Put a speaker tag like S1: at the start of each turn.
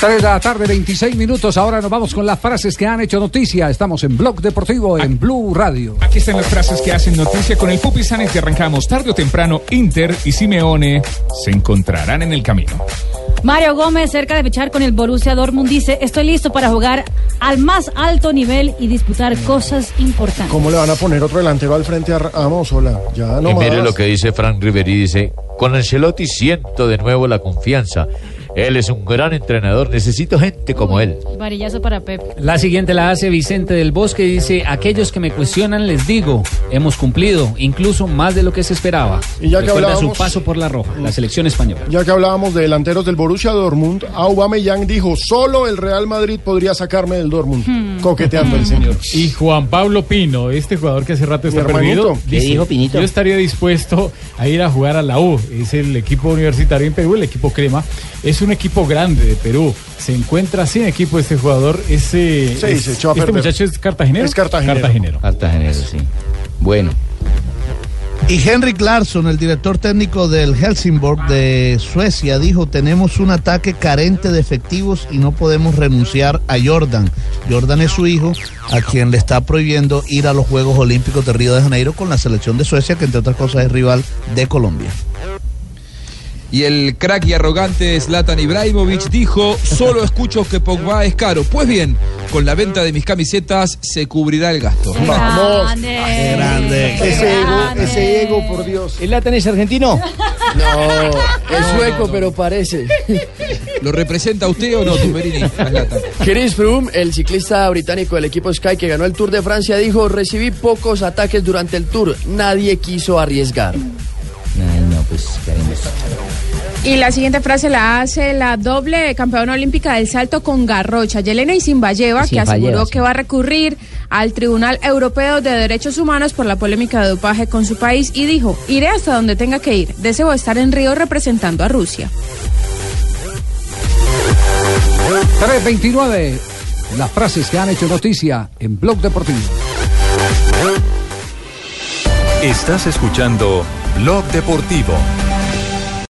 S1: 3 de la tarde, 26 minutos. Ahora nos vamos con las frases que han hecho noticia. Estamos en Blog Deportivo, en Blue Radio.
S2: Aquí están las frases que hacen noticia con el Pupi Sanes que arrancamos tarde o temprano. Inter y Simeone se encontrarán en el camino.
S3: Mario Gómez, cerca de fichar con el Borussia Dortmund, dice, estoy listo para jugar al más alto nivel y disputar cosas importantes.
S4: ¿Cómo le van a poner otro delantero al frente a Amosola? Ya no
S5: Y mire
S4: más.
S5: lo que dice Frank Riveri, dice, con Ancelotti siento de nuevo la confianza. Él es un gran entrenador, necesito gente como él.
S3: Varillazo para Pep.
S6: La siguiente la hace Vicente del Bosque, dice, aquellos que me cuestionan les digo, hemos cumplido, incluso más de lo que se esperaba.
S4: Y ya que
S6: Recuerda su
S4: hablábamos-
S6: paso por la roja, la selección española.
S4: Ya que hablábamos de delanteros del Borussia Dortmund, Aubameyang dijo, solo el Real Madrid podría sacarme del Dortmund. Coqueteando el señor.
S7: Y Juan Pablo Pino, este jugador que hace rato está
S4: hermanito.
S7: perdido,
S4: ¿Qué
S7: dice,
S8: dijo Pinito?
S7: Yo estaría dispuesto a ir a jugar a la U. Es el equipo universitario en Perú, el equipo Crema. Es un equipo grande de Perú. Se encuentra sin equipo este jugador. Ese,
S4: Sí,
S7: es-
S4: se echó a
S7: este
S4: perder.
S7: muchacho es cartagenero.
S4: Es cartagenero.
S8: Cartagenero, sí. Bueno.
S9: Y Henrik Larsson, el director técnico del Helsingborg de Suecia, dijo, tenemos un ataque carente de efectivos y no podemos renunciar a Jordan. Jordan es su hijo, a quien le está prohibiendo ir a los Juegos Olímpicos de Río de Janeiro con la selección de Suecia, que entre otras cosas es rival de Colombia.
S8: Y el crack y arrogante Zlatan Ibrahimovic dijo, solo escucho que Pogba es caro. Pues bien, con la venta de mis camisetas se cubrirá el gasto.
S3: ¡Qué
S4: Vamos.
S3: grande!
S9: Qué grande.
S3: ¡Qué
S4: Ese ego,
S3: grande!
S4: ese ego, por Dios.
S8: ¿El Zlatan es argentino?
S4: No,
S8: Es sueco, pero parece. ¿Lo representa usted o no, Tumberini? Chris Froome, el ciclista británico del equipo Sky que ganó el Tour de Francia, dijo, recibí pocos ataques durante el Tour. Nadie quiso arriesgar.
S3: Y la siguiente frase la hace la doble campeona olímpica del salto con Garrocha, Yelena Isinbayeva, que aseguró que va a recurrir al Tribunal Europeo de Derechos Humanos por la polémica de dopaje con su país y dijo, iré hasta donde tenga que ir, deseo estar en Río representando a Rusia.
S1: 329. Las frases que han hecho noticia en Blog Deportivo.
S2: Estás escuchando Blog Deportivo.